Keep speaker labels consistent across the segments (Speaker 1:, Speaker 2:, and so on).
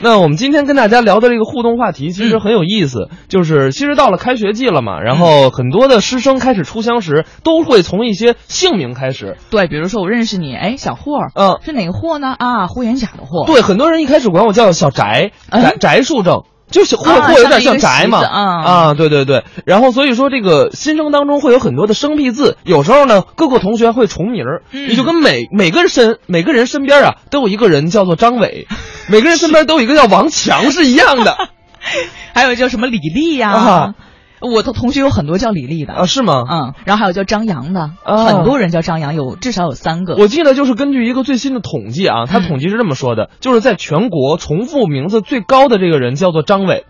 Speaker 1: 那我们今天跟大家聊的这个互动话题
Speaker 2: 嗯
Speaker 1: 其实很有意思，就是其实到了开学季了嘛，然后很多的师生开始初相识，都会从一些姓名开始。
Speaker 2: 对，比如说我认识你，哎，小霍儿，
Speaker 1: 嗯，
Speaker 2: 是哪个霍呢？啊，霍元甲的霍。
Speaker 1: 对，很多人一开始管我叫小翟，
Speaker 2: 嗯
Speaker 1: 翟翟树正。就是或或
Speaker 2: 啊
Speaker 1: 有点像
Speaker 2: 像一个
Speaker 1: 宅嘛，
Speaker 2: 习字啊
Speaker 1: 啊，对对对，然后所以说这个新生当中会有很多的生僻字，有时候呢各个同学会重名儿，
Speaker 2: 嗯
Speaker 1: 你就跟每每个人身每个人身边啊都有一个人叫做张伟，每个人身边都有一个叫王强是一样 的
Speaker 2: 还有叫什么李丽呀、
Speaker 1: 啊
Speaker 2: 我的同学有很多叫李丽的，
Speaker 1: 啊，是吗？
Speaker 2: 嗯，然后还有叫张扬的，
Speaker 1: 啊
Speaker 2: 很多人叫张扬，有至少有三个。
Speaker 1: 我记得就是根据一个最新的统计啊，
Speaker 2: 嗯
Speaker 1: 他统计是这么说的，就是在全国重复名字最高的这个人叫做张伟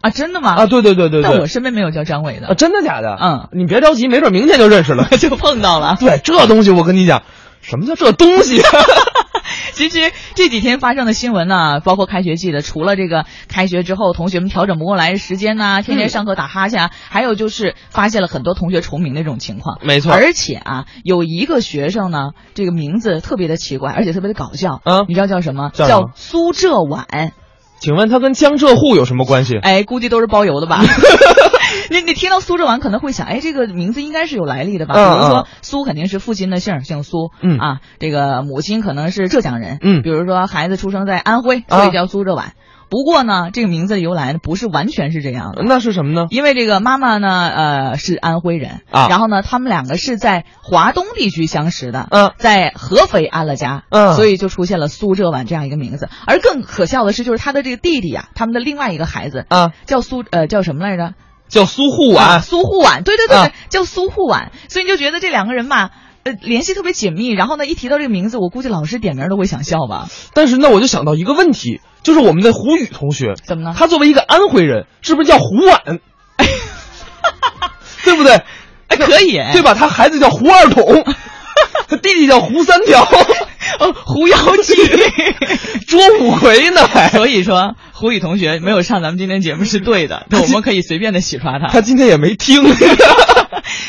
Speaker 2: 啊，真的吗？
Speaker 1: 啊，对对对对
Speaker 2: 但
Speaker 1: 对
Speaker 2: 我，身边没有叫张伟的，
Speaker 1: 啊，真的假的？
Speaker 2: 嗯，
Speaker 1: 你别着急，没准明天就认识 了。
Speaker 2: 就碰到了。
Speaker 1: 对，这东西我跟你讲，什么叫这东 西？
Speaker 2: 其实这几天发生的新闻呢、包括开学季的，除了这个开学之后同学们调整不过来时间呐、天
Speaker 1: 嗯
Speaker 2: 天上课打哈欠啊，还有就是发现了很多同学重名的这种情况。
Speaker 1: 没错
Speaker 2: 而且啊，有一个学生呢，这个名字特别的奇怪，而且特别的搞笑。
Speaker 1: 嗯
Speaker 2: 你知道叫什么？
Speaker 1: 叫什么
Speaker 2: 叫苏浙 皖。
Speaker 1: 请问他跟江浙沪有什么关系？
Speaker 2: 哎，估计都是包邮的吧。 你你听到苏浙皖可能会想，哎，这个名字应该是有来历的吧？
Speaker 1: 嗯
Speaker 2: 比如
Speaker 1: 嗯
Speaker 2: 说苏肯定是父亲的姓儿，姓苏，
Speaker 1: 嗯
Speaker 2: 啊，这个母亲可能是浙江人，
Speaker 1: 嗯
Speaker 2: 比如说孩子出生在安徽，
Speaker 1: 啊
Speaker 2: 所以叫苏浙皖。不过呢，这个名字的由来呢，不是完全是这样的。
Speaker 1: 那是什么呢？
Speaker 2: 因为这个妈妈呢，呃，是安徽人
Speaker 1: 啊
Speaker 2: 然后呢，他们两个是在华东地区相识的，
Speaker 1: 嗯
Speaker 2: 在合肥安了家，
Speaker 1: 嗯
Speaker 2: 所以就出现了苏浙皖这样一个名字。而更可笑的是，就是他的这个弟弟啊，他们的另外一个孩子
Speaker 1: 啊，
Speaker 2: 叫苏呃叫什么来着？
Speaker 1: 叫苏沪
Speaker 2: 啊，
Speaker 1: 皖。
Speaker 2: 苏沪皖，对对对对，
Speaker 1: 啊
Speaker 2: 叫苏沪皖。所以你就觉得这两个人嘛，呃，联系特别紧密。然后呢，一提到这个名字，我估计老师点名都会想笑吧？
Speaker 1: 但是呢，我就想到一个问题，就是我们的胡宇同学，
Speaker 2: 怎么呢？
Speaker 1: 他作为一个安徽人，是不是叫胡 皖？对不对？
Speaker 2: 哎，可以，
Speaker 1: 对吧？他孩子叫胡二 筒，他弟弟叫胡三条，
Speaker 2: 哦，狐妖记。
Speaker 1: 捉五魁呢还。
Speaker 2: 所以说，胡宇同学没有上咱们今天节目是对 的，那我们可以随便的洗刷他
Speaker 1: 他。今天也没 听。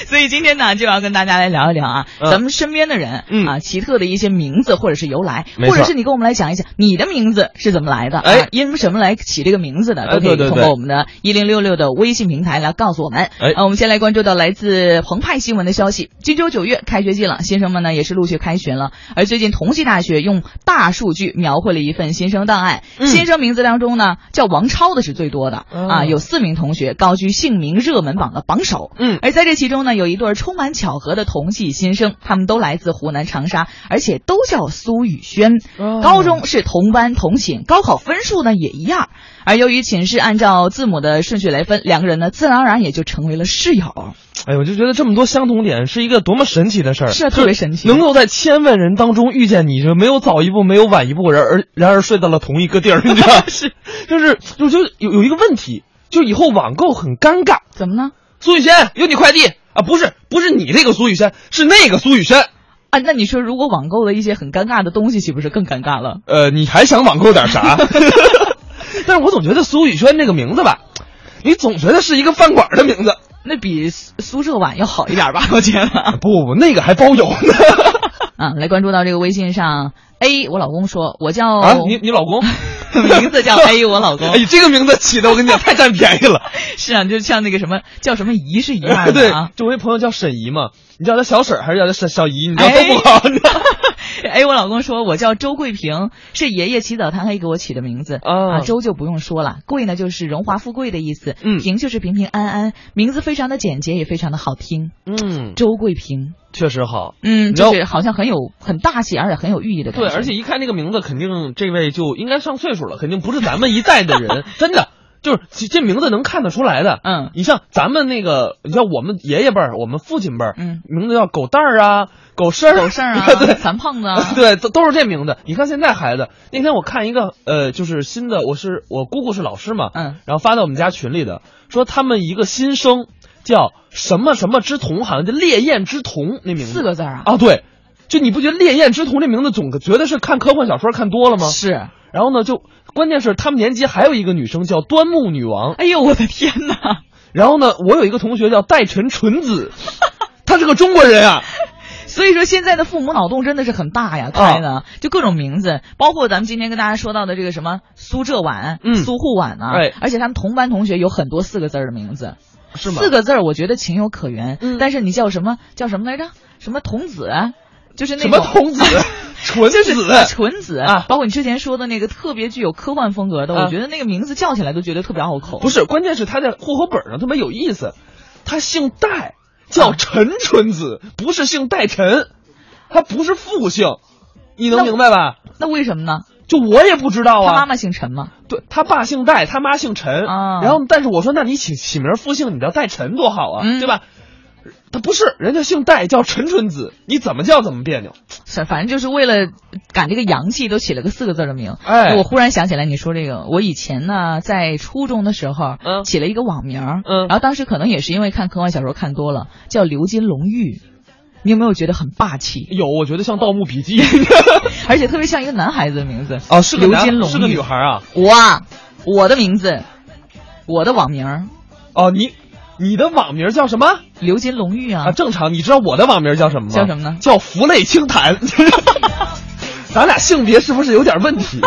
Speaker 2: 所以今天呢，就要跟大家来聊一聊啊，
Speaker 1: 嗯
Speaker 2: 咱们身边的人、
Speaker 1: 嗯
Speaker 2: 啊，奇特的一些名字或者是由来，
Speaker 1: 没错
Speaker 2: 或者是你跟我们来讲一讲你的名字是怎么来的，
Speaker 1: 哎
Speaker 2: 啊，因什么来起这个名字的，
Speaker 1: 哎
Speaker 2: 都可
Speaker 1: 对
Speaker 2: 以
Speaker 1: 对
Speaker 2: 通
Speaker 1: 对
Speaker 2: 过我们的一零六六的微信平台来告诉我们。
Speaker 1: 哎
Speaker 2: 啊，我们先来关注到来自澎湃新闻的消息，金州九月开学季了，新生们呢也是陆续开学了，而最近同济大学用大数据描绘了一份新生档案，
Speaker 1: 嗯
Speaker 2: 新生名字当中呢，叫王超的是最多的、
Speaker 1: 哦
Speaker 2: 啊，有四名同学高居姓名热门榜的榜首。
Speaker 1: 嗯，
Speaker 2: 而在这其中呢，有一对儿充满巧合的同济新生，他们都来自湖南长沙，而且都叫苏雨轩。
Speaker 1: 哦
Speaker 2: 高中是同班同寝，高考分数呢也一样。而由于寝室按照字母的顺序来分，两个人呢自然而然也就成为了室友。
Speaker 1: 哎，我就觉得这么多相同点是一个多么神奇的事儿，
Speaker 2: 是啊
Speaker 1: 就
Speaker 2: 特别神奇
Speaker 1: 能够在千万人当中遇见你，就没有早一步，没有晚一步，然而然而睡到了同一个地儿，你知道 吗？是，就是我就有有一个问题，就以后网购很尴尬。
Speaker 2: 怎么呢？
Speaker 1: 苏雨轩，有你快递啊？不是，不是你这个苏雨轩，是那个苏雨轩。
Speaker 2: 啊，那你说如果网购了一些很尴尬的东西，岂不是更尴尬了？
Speaker 1: 呃，你还想网购点啥？ 但是我总觉得苏雨轩这个名字吧，你总觉得是一个饭馆的名字。
Speaker 2: 那比苏苏浙皖要好一点吧，我觉 得。
Speaker 1: 啊不不，那个还包邮呢。
Speaker 2: 啊，来关注到这个微信上，A，我老公说我叫、
Speaker 1: 啊，你你老公
Speaker 2: 哦 名字叫 A，我老公。
Speaker 1: 哎，这个名字起的，我跟你讲，太占便宜 了。
Speaker 2: 是啊，就像那个什么叫什么姨是一样
Speaker 1: 对
Speaker 2: 的啊。，
Speaker 1: 就我一朋友叫沈姨嘛，你叫她小婶儿还是叫她小小姨？你知道
Speaker 2: 哎
Speaker 1: 都不好。你知 道
Speaker 2: 哎，我老公说我叫周桂平，是爷爷起早贪黑给我起的名字、
Speaker 1: 哦
Speaker 2: 啊。周就不用说了，桂呢就是荣华富贵的意思，
Speaker 1: 嗯
Speaker 2: 平就是平平安安，名字非常的简洁，也非常的好听。
Speaker 1: 嗯，
Speaker 2: 周桂平，
Speaker 1: 确实好。
Speaker 2: 嗯，
Speaker 1: 你知道
Speaker 2: 就是好像很有很大气，而且很有寓意的感
Speaker 1: 对，
Speaker 2: 觉。
Speaker 1: 而且一看这个名字，肯定这位就应该上岁数了， 肯定不是咱们一代的人，真的。就是这这名字能看得出来的，
Speaker 2: 嗯
Speaker 1: 你像咱们那个，你像我们爷爷辈儿，我们父亲辈儿，
Speaker 2: 嗯，
Speaker 1: 名字叫狗蛋儿啊，狗剩儿，
Speaker 2: 狗剩 儿
Speaker 1: 对，
Speaker 2: 啊，，残胖子 啊
Speaker 1: 对，都都是这名字。你看现在孩子，那天我看一个呃，就是新的，我是我姑姑是老师嘛，
Speaker 2: 嗯，
Speaker 1: 然后发到我们家群里的，说他们一个新生叫什么什么之童，好像叫烈焰之童那名字
Speaker 2: 四个字儿啊，
Speaker 1: 啊，对，就你不觉得烈焰之童这名字总觉得是看科幻小说看多了吗？
Speaker 2: 是。
Speaker 1: 然后呢，就关键是他们年级还有一个女生叫端木女王，
Speaker 2: 哎呦，我的天哪！
Speaker 1: 然后呢，我有一个同学叫戴晨纯子，他是个中国人啊，
Speaker 2: 所以说现在的父母脑洞真的是很大
Speaker 1: 啊
Speaker 2: 呀，开的、啊就各种名字，包括咱们今天跟大家说到的这个什么苏浙皖、
Speaker 1: 嗯
Speaker 2: 苏沪皖啊，
Speaker 1: 哎
Speaker 2: 而且他们同班同学有很多四个字儿的名字，
Speaker 1: 是吗？
Speaker 2: 四个字儿我觉得情有可原，
Speaker 1: 嗯
Speaker 2: 但是你叫什么叫什么来着？什么童子？就是那
Speaker 1: 什
Speaker 2: 种
Speaker 1: 么童子、纯
Speaker 2: 就
Speaker 1: 子、
Speaker 2: 是纯子
Speaker 1: 啊
Speaker 2: 包括你之前说的那个特别具有科幻风格的，
Speaker 1: 啊
Speaker 2: 我觉得那个名字叫起来都觉得特别拗口。
Speaker 1: 不是，关键是他在户口本上特别有意思，他姓戴，
Speaker 2: 啊
Speaker 1: 叫陈纯子，不是姓戴陈，他不是复姓，你能
Speaker 2: 那
Speaker 1: 明白吧？
Speaker 2: 那为什么呢？
Speaker 1: 就我也不知道
Speaker 2: 他妈
Speaker 1: 啊，
Speaker 2: 妈姓陈吗？
Speaker 1: 对他爸姓戴，他妈姓陈，
Speaker 2: 啊
Speaker 1: 然后但是我说，那你起起名复姓，你叫戴陈多好啊，
Speaker 2: 嗯
Speaker 1: 对吧？他不是，人家姓戴，叫陈纯子，你怎么叫怎么别扭。
Speaker 2: 是反正就是为了赶这个洋气，都起了个四个字的名。
Speaker 1: 哎
Speaker 2: 我忽然想起来你说这个，我以前呢在初中的时候，
Speaker 1: 嗯
Speaker 2: 起了一个网名儿，
Speaker 1: 嗯
Speaker 2: 然后当时可能也是因为看科幻小说看多了，叫刘金龙玉。你有没有觉得很霸气，
Speaker 1: 有，我觉得像《盗墓笔 记》
Speaker 2: 而且特别像一个男孩子的名字？
Speaker 1: 哦，是个
Speaker 2: 刘
Speaker 1: 男
Speaker 2: 金龙玉，
Speaker 1: 是个女孩啊。
Speaker 2: 我啊，我的名字，我的网名儿
Speaker 1: 哦，你你的网名叫什么？
Speaker 2: 刘金龙玉啊
Speaker 1: 啊，，正常。你知道我的网名叫什么吗？
Speaker 2: 叫什么呢
Speaker 1: 叫福类清谈。 咱俩性别是不是有点问 题？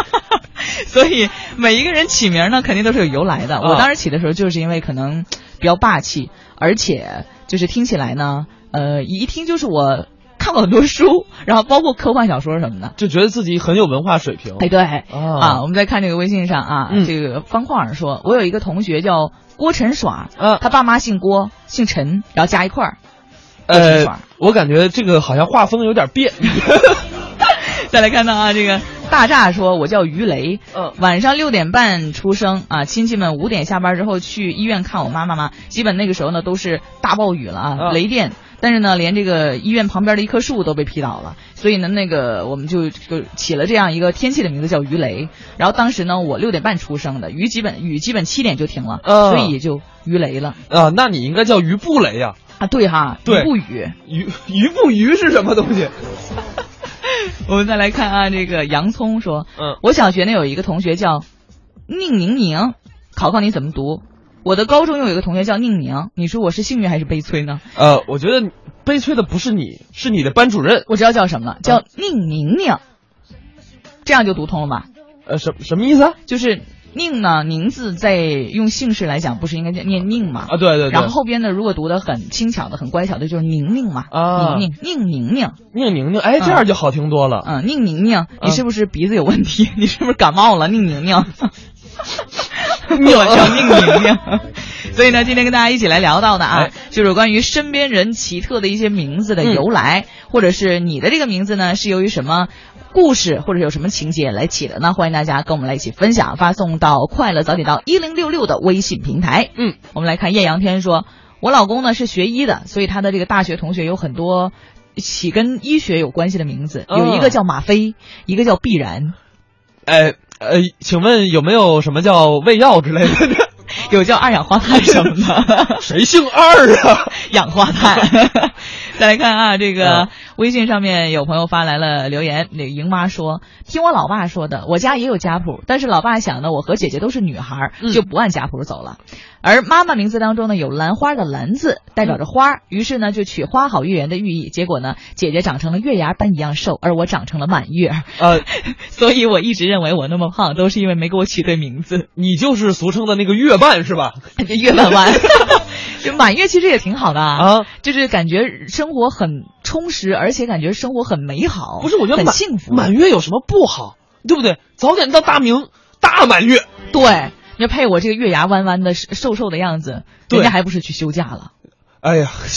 Speaker 2: 所以每一个人起名呢，肯定都是有由来的。
Speaker 1: 啊
Speaker 2: 我当时起的时候，就是因为可能比较霸气，而且就是听起来呢，呃，一听就是我看过很多书，然后包括科幻小说什么的。
Speaker 1: 就觉得自己很有文化水平。
Speaker 2: 哎，对
Speaker 1: 啊
Speaker 2: 我们在看这个微信上啊，
Speaker 1: 嗯
Speaker 2: 这个方块儿说，我有一个同学叫郭晨耍，
Speaker 1: 啊
Speaker 2: 他爸妈姓郭，姓陈，然后加一块儿。郭晨
Speaker 1: 呃
Speaker 2: 耍，
Speaker 1: 我感觉这个好像画风有点变。
Speaker 2: 再来看到啊，这个大炸说，我叫于雷，
Speaker 1: 嗯
Speaker 2: 晚上六点半出生啊，亲戚们五点下班之后去医院看我妈妈嘛，基本那个时候呢都是大暴雨了啊，
Speaker 1: 嗯
Speaker 2: 雷电。但是呢，连这个医院旁边的一棵树都被劈倒了，所以呢，那个我们就就起了这样一个天气的名字叫鱼雷。然后当时呢，我六点半出生的，雨基本雨基本七点就停了，
Speaker 1: 嗯
Speaker 2: 所以也就鱼雷了
Speaker 1: 啊，那你应该叫于布雷呀、
Speaker 2: 啊。对哈，
Speaker 1: 对
Speaker 2: 雨不雨。
Speaker 1: 于于不于是什么东西？
Speaker 2: 我们再来看啊，这个洋葱说，
Speaker 1: 嗯
Speaker 2: 我小学呢有一个同学叫宁宁宁，考考你怎么读。我的高中又有一个同学叫宁宁，你说我是幸运还是悲催呢？
Speaker 1: 呃，我觉得悲催的不是你，是你的班主任。
Speaker 2: 我知道叫什么
Speaker 1: 嗯
Speaker 2: 了，叫宁宁宁，这样就读通了吧？
Speaker 1: 呃，什什么意思啊？
Speaker 2: 就是宁呢，宁字在用姓氏来讲，不是应该叫念宁吗？
Speaker 1: 啊，对对对。
Speaker 2: 然后后边呢，如果读的很轻巧的、很乖巧的，就是宁宁嘛，
Speaker 1: 啊
Speaker 2: 宁宁宁宁宁，
Speaker 1: 宁宁宁，哎，这样就好听多了。
Speaker 2: 嗯，宁宁宁，你是不是鼻子有问题？ 你是不是感冒了？宁宁宁，
Speaker 1: 拧
Speaker 2: 我叫宁宁 宁。所以呢，今天跟大家一起来聊到的啊，
Speaker 1: 哎
Speaker 2: 就是关于身边人奇特的一些名字的
Speaker 1: 嗯
Speaker 2: 由来，或者是你的这个名字呢是由于什么？故事或者有什么情节来起的呢？欢迎大家跟我们来一起分享，发送到“快乐早点到一零六六”的微信平台。
Speaker 1: 嗯，
Speaker 2: 我们来看艳阳天说，我老公呢是学医的，所以他的这个大学同学有很多起跟医学有关系的名字，有一
Speaker 1: 哦
Speaker 2: 个叫马飞，一个叫必然，
Speaker 1: 哎呃，请问有没有什么叫胃药之类的？。
Speaker 2: 有叫二氧化碳什么的
Speaker 1: 谁姓二啊？
Speaker 2: 氧化碳。再来看啊，这个
Speaker 1: 嗯
Speaker 2: 微信上面有朋友发来了留言，那个莹妈说，听我老爸说的，我家也有家谱，但是老爸想呢，我和姐姐都是女孩儿，就不按家谱走了。而妈妈名字当中呢有兰花的兰字，代表着花儿，于是呢就取花好月圆的寓意。结果呢，姐姐长成了月牙般一样瘦，而我长成了满月，
Speaker 1: 呃，
Speaker 2: 所以我一直认为我那么胖都是因为没给我取对名字。
Speaker 1: 你就是俗称的那个月半是吧？
Speaker 2: 这月满完，就满月其实也挺好的
Speaker 1: 啊，
Speaker 2: 就是感觉生活很充实，而且感觉生活很美好，
Speaker 1: 不是，我觉得
Speaker 2: 很
Speaker 1: 满
Speaker 2: 幸福，
Speaker 1: 满月有什么不好？对不对？早点到大明，大满月。
Speaker 2: 对。你配我这个月牙弯弯的、瘦瘦的样子，
Speaker 1: 对
Speaker 2: 人家还不是去休假了？
Speaker 1: 哎呀，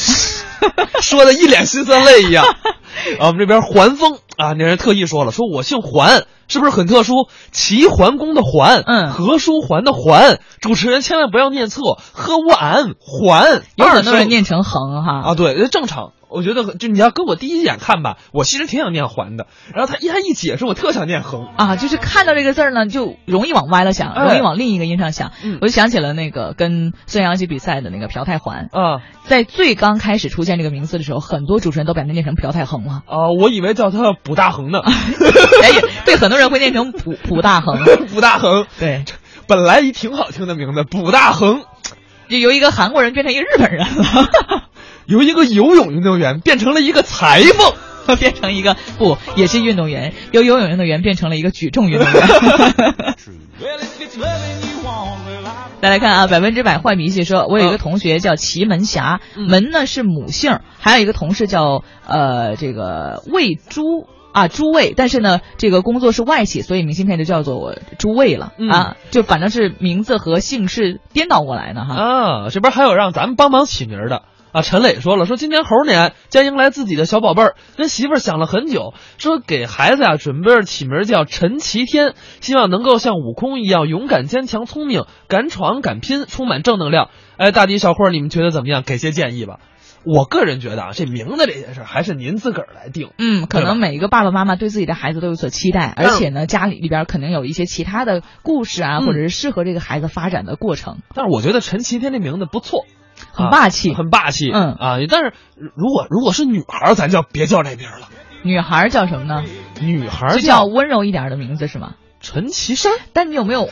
Speaker 1: 说的一脸辛酸泪一 样。啊，我们这边环风啊，那人特意说了，说我姓环，是不是很特殊？齐桓公的桓，
Speaker 2: 嗯
Speaker 1: 何书桓的桓。主持人千万不要念错，喝我俺桓，
Speaker 2: 有很
Speaker 1: 二
Speaker 2: 多
Speaker 1: 声
Speaker 2: 人念成横哈，
Speaker 1: 啊，对，正常。我觉得就你要跟我第一眼看吧，我其实挺想念环的，然后他一他一解释，我特想念横。
Speaker 2: 啊，就是看到这个字儿呢，就容易往歪了想，
Speaker 1: 哎
Speaker 2: 容易往另一个音上想。
Speaker 1: 嗯
Speaker 2: 我就想起了那个跟孙杨一起比赛的那个朴泰桓，
Speaker 1: 啊
Speaker 2: 在最刚开始出现这个名字的时候，很多主持人都把它念成朴泰 恒了。
Speaker 1: 啊！我以为叫他卜大恒 呢，
Speaker 2: 哎，也对，很多人会念成朴朴大恒。
Speaker 1: 卜大恒
Speaker 2: 对，
Speaker 1: 本来一挺好听的名字，卜大恒。
Speaker 2: 就由一个韩国人变成一个日本人了。
Speaker 1: 由一个游泳运动员变成了一个裁缝。
Speaker 2: 变成一个不也是运动员，由游泳运动员变成了一个举重运 动员。再来看啊，百分之百坏迷信说，我有一个同学叫祁门霞，
Speaker 1: 嗯
Speaker 2: 门呢是母姓，还有一个同事叫呃这个魏朱。啊，诸位，但是呢，这个工作是外企，所以明信片就叫做我诸位了、
Speaker 1: 嗯
Speaker 2: 啊，就反正是名字和姓氏颠倒过来的哈。
Speaker 1: 啊，这边还有让咱们帮忙起名儿的啊。陈磊说了，说今年猴年将迎来自己的小宝贝儿，跟媳妇儿想了很久，说给孩子呀、准备起名儿叫陈齐天，希望能够像悟空一样勇敢、坚强、聪明、敢闯、敢拼，充满正能量。哎，大迪、小慧儿，你们觉得怎么样？给些建议吧。我个人觉得啊，这名字这件事儿还是您自个儿来定。
Speaker 2: 嗯，可
Speaker 1: 对吧
Speaker 2: 能每一个爸爸妈妈对自己的孩子都有所期待，而且呢，家里边肯定有一些其他的故事啊，
Speaker 1: 嗯
Speaker 2: 或者是适合这个孩子发展的过程，
Speaker 1: 但是我觉得陈齐天这名字不错，
Speaker 2: 很
Speaker 1: 啊
Speaker 2: 霸气。
Speaker 1: 很霸气。
Speaker 2: 嗯
Speaker 1: 啊，但是如果如果是女孩儿，咱就别叫这名儿了。
Speaker 2: 女孩儿叫什么呢？
Speaker 1: 女孩儿
Speaker 2: 就叫温柔一点的名字是吗？
Speaker 1: 陈绮珊。
Speaker 2: 但你有 没有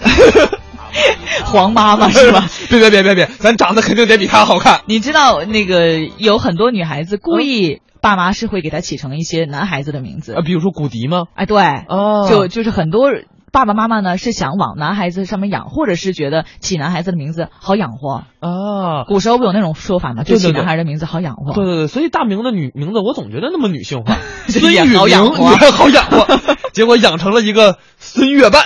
Speaker 2: 黄妈妈啊是吧？？
Speaker 1: 别别别别别，咱长得肯定得比她好看。
Speaker 2: 你知道那个有很多女孩子故
Speaker 1: 嗯
Speaker 2: 意，爸妈是会给她起成一些男孩子的名字
Speaker 1: 啊，。比如说古迪吗？
Speaker 2: 哎，对，
Speaker 1: 啊
Speaker 2: 就就是很多爸爸妈妈呢是想往男孩子上面养，或者是觉得起男孩子的名字好养活。
Speaker 1: 啊，
Speaker 2: 古时候不有那种说法吗？就
Speaker 1: 对对
Speaker 2: 起
Speaker 1: 对
Speaker 2: 男孩的名字好养活。
Speaker 1: 对对对，所以大明的女名字我总觉得那么女 性化，
Speaker 2: 这
Speaker 1: 孙
Speaker 2: 也
Speaker 1: 宇
Speaker 2: 好
Speaker 1: 明
Speaker 2: 养活
Speaker 1: 也好养 活，结果养成了一个孙月半。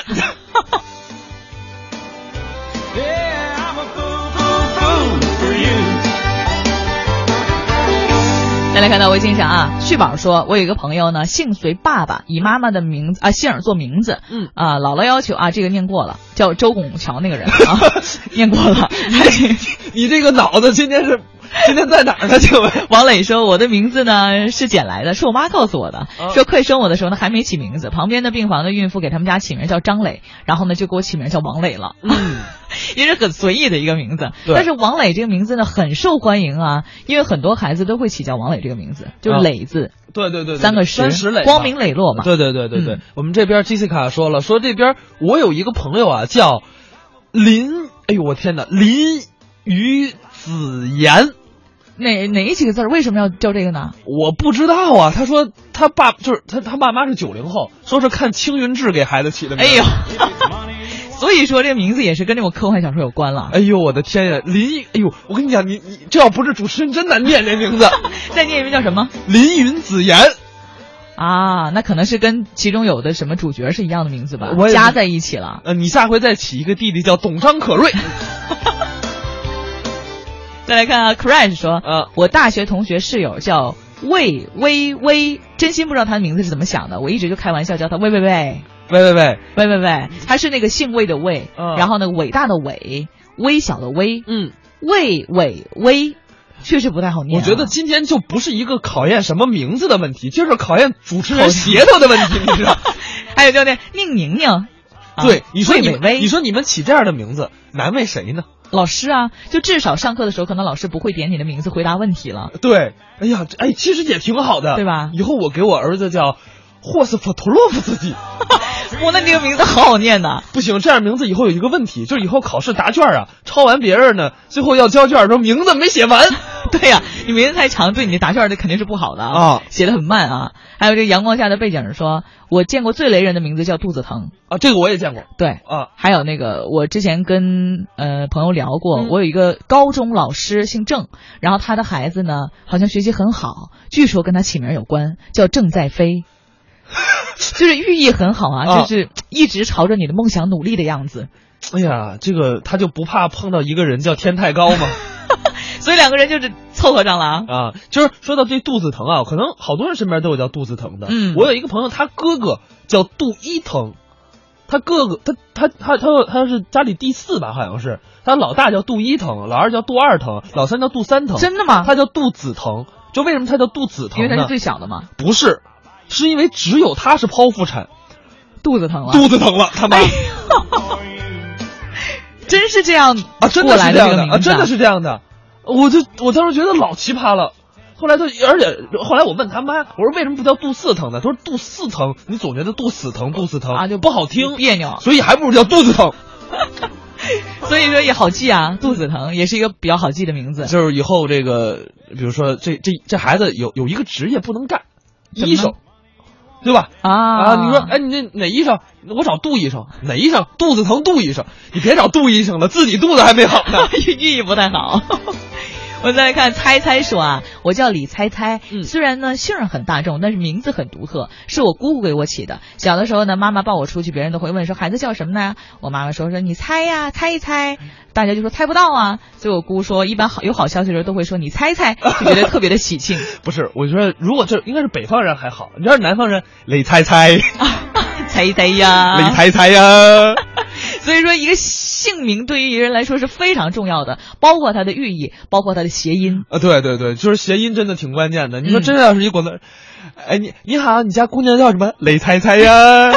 Speaker 2: 再来看到微信上啊，旭宝说，我有一个朋友呢，姓随爸爸，以妈妈的名字啊姓儿做名字，
Speaker 1: 嗯
Speaker 2: 啊，姥姥要求啊，这个念过了，叫周拱桥那个人 啊，念过了。
Speaker 1: 嗯你这个脑子今天是今天在哪儿 呢？请问？
Speaker 2: 王磊说：“我的名字呢是捡来的，是我妈告诉我的
Speaker 1: 啊。
Speaker 2: 说快生我的时候呢还没起名字，旁边的病房的孕妇给他们家起名叫张磊，然后呢就给我起名叫王磊了。
Speaker 1: 嗯，
Speaker 2: 也是很随意的一个名字。
Speaker 1: 对
Speaker 2: 但是王磊这个名字呢很受欢迎啊，因为很多孩子都会起叫王磊这个名字，就是
Speaker 1: 啊
Speaker 2: 磊字、
Speaker 1: 对对对对，
Speaker 2: 三个
Speaker 1: 三十垒吧，
Speaker 2: 光明磊落嘛。
Speaker 1: 对对对对对，
Speaker 2: 嗯
Speaker 1: 我们这边 Jessica 说了，说这边我有一个朋友啊，叫林，哎呦我天哪，林于子言，
Speaker 2: 哪哪几个字儿为什么要叫这个呢？
Speaker 1: 我不知道啊。他说他爸就是他他爸妈是九零后，说是看《青云志》给孩子起的名。
Speaker 2: 哎呦，， 所以说这个名字也是跟这种科幻小说有关了。
Speaker 1: 哎呦我的天呀，林，哎呦我跟你讲，你你这要不是主持人真难念这名 字，
Speaker 2: 再念一遍叫什么
Speaker 1: 林云子言。
Speaker 2: 啊？那可能是跟其中有的什么主角是一样的名字吧
Speaker 1: 我，也
Speaker 2: 加在一起了。
Speaker 1: 呃，你下回再起一个弟弟叫董张可 瑞。
Speaker 2: 再来看啊，Crash 说，
Speaker 1: 啊
Speaker 2: 我大学同学室友叫魏微微，真心不知道他的名字是怎么想的，我一直就开玩笑叫他魏魏魏
Speaker 1: 喂喂喂，
Speaker 2: 喂喂喂，他是那个姓魏的魏，
Speaker 1: 嗯
Speaker 2: 然后呢伟大的伟，微小的微，
Speaker 1: 嗯，
Speaker 2: 魏伟微，确实不太好念
Speaker 1: 我
Speaker 2: 啊、
Speaker 1: 觉得今天就不是一个考验什么名字的问题，就是考验主持人舌头的问 题，你知道？
Speaker 2: 还有叫那宁宁宁，啊
Speaker 1: 对，你说你
Speaker 2: 魏伟
Speaker 1: 们，哎
Speaker 2: 微，
Speaker 1: 你说你们起这样的名字，难为谁呢？
Speaker 2: 老师啊，就至少上课的时候，可能老师不会点你的名字回答问题 了。
Speaker 1: 对，哎呀，这哎，其实也挺好的，
Speaker 2: 对吧
Speaker 1: 以后我给我儿子叫霍斯普托洛夫斯基，
Speaker 2: 我那这个名字好好念呐。
Speaker 1: 不行，这样名字以后有一个问题，就是以后考试答卷啊，抄完别人呢，最后要交卷的时候名字没写完。
Speaker 2: 对呀、你名字太长，对你的答卷儿的肯定是不好 的
Speaker 1: 啊
Speaker 2: 写的很慢啊。还有这阳光下的背景说，我见过最雷人的名字叫肚子疼，
Speaker 1: 啊，这个我也见过
Speaker 2: 对。
Speaker 1: 啊，
Speaker 2: 还有那个，我之前跟呃朋友聊过，
Speaker 1: 嗯
Speaker 2: 我有一个高中老师姓郑，然后他的孩子呢好像学习很好，据说跟他起名有关，叫郑在 飞，就是寓意很好啊，
Speaker 1: 啊
Speaker 2: 就是一直朝着你的梦想努力的样子。
Speaker 1: 哎呀，这个他就不怕碰到一个人叫天太高 吗？
Speaker 2: 所以两个人就是凑合上了啊。
Speaker 1: 啊，就是说到这肚子疼啊，可能好多人身边都有叫肚子疼的。
Speaker 2: 嗯
Speaker 1: 我有一个朋友，他哥哥叫杜一疼，他哥哥他他他他他是家里第四吧，好像是，他老大叫杜一疼，老二叫杜二疼，老三叫杜三疼，
Speaker 2: 真的吗？
Speaker 1: 哦他叫杜子疼。就为什么他叫杜子
Speaker 2: 因
Speaker 1: 疼
Speaker 2: 为他是
Speaker 1: 呢？
Speaker 2: 最小的嘛，
Speaker 1: 不是，是因为只有他是剖腹产，
Speaker 2: 肚子疼了。
Speaker 1: 肚子疼了，
Speaker 2: 哎
Speaker 1: 他妈、
Speaker 2: 真是这样
Speaker 1: 啊，真
Speaker 2: 过
Speaker 1: 的
Speaker 2: 来
Speaker 1: 是这样的
Speaker 2: 这个名字
Speaker 1: 啊，真的是这样的。我就我当时觉得老奇葩了。后来他，而且后来我问他妈，我说为什么不叫杜四疼呢？他说杜四疼，你总觉得杜死疼，杜死疼
Speaker 2: 啊，就
Speaker 1: 不好听，
Speaker 2: 别扭。
Speaker 1: 所以还不如叫肚子疼。
Speaker 2: 所以说也好记啊，肚子疼也是一个比较好记的名字。
Speaker 1: 就是以后这个，比如说这这这孩子有有一个职业不能干，
Speaker 2: 什么
Speaker 1: 医生，对吧？
Speaker 2: 啊
Speaker 1: 啊，你说，哎，你那哪医生？我找杜医生，哪医生？肚子疼，杜医生。你别找杜医生了，自己肚子还没好 呢。
Speaker 2: 寓意不太好。 我再来看猜猜说啊，我叫李猜猜，
Speaker 1: 嗯
Speaker 2: 虽然呢姓儿很大众，但是名字很独特，是我姑姑给我起的。小的时候呢，妈妈抱我出去，别人都会问说孩子叫什么呢？我妈妈说说你猜呀、猜一猜，
Speaker 1: 嗯
Speaker 2: 大家就说猜不到啊。所以我姑说，一般好有好消息的时候都会说你猜猜，就觉得特别的喜 庆。
Speaker 1: 不是，我觉得如果这应该是北方人还好，你要是南方人，李猜猜，李
Speaker 2: 猜猜呀，
Speaker 1: 猜猜呀。
Speaker 2: 所以说，一个姓名对于一个人来说是非常重要的，包括它的寓意，包括它的 谐音。
Speaker 1: 啊，对对对，就是谐音真的挺关键的。你说
Speaker 2: 嗯
Speaker 1: 真要是一广东人，哎，你你好，你家姑娘叫什么？李猜猜呀。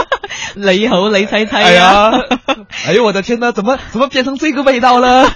Speaker 2: 雷猴雷猜 猜
Speaker 1: 哎呀，哎呦我的天呐，怎么怎么变成这个味道了？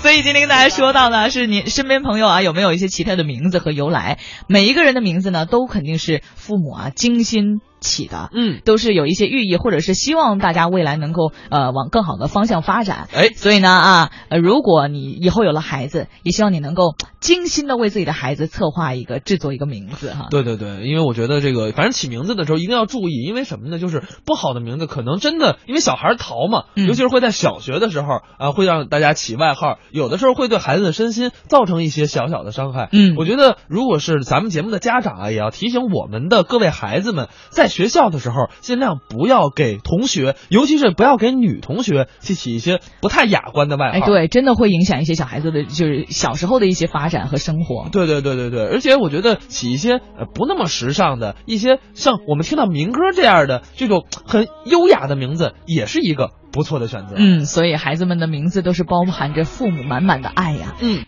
Speaker 2: 所以今天跟大家说到呢，是您身边朋友啊有没有一些奇特的名字和由来？每一个人的名字呢，都肯定是父母啊精心起的，
Speaker 1: 嗯，
Speaker 2: 都是有一些寓意，或者是希望大家未来能够呃往更好的方向发展。
Speaker 1: 哎，
Speaker 2: 所以呢啊，呃如果你以后有了孩子，也希望你能够精心的为自己的孩子策划一个、制作一个名字哈。
Speaker 1: 对对对，因为我觉得这个，反正起名字的时候一定要注意，因为什么呢？就是不好的名字可能真的，因为小孩淘嘛，
Speaker 2: 嗯
Speaker 1: 尤其是会在小学的时候啊，会让大家起外号，有的时候会对孩子的身心造成一些小小的伤害。
Speaker 2: 嗯
Speaker 1: 我觉得如果是咱们节目的家长啊，也要提醒我们的各位孩子们，在学校的时候尽量不要给同学，尤其是不要给女同学去起一些不太雅观的外号。
Speaker 2: 哎，对，真的会影响一些小孩子的，就是小时候的一些发展和生活。
Speaker 1: 对对对对对，而且我觉得起一些呃不那么时尚的一些，像我们听到民歌这样的这种很优雅的名字，也是一个不错的选择。
Speaker 2: 嗯嗯，所以孩子们的名字都是包含着父母满满的爱呀、
Speaker 1: 嗯。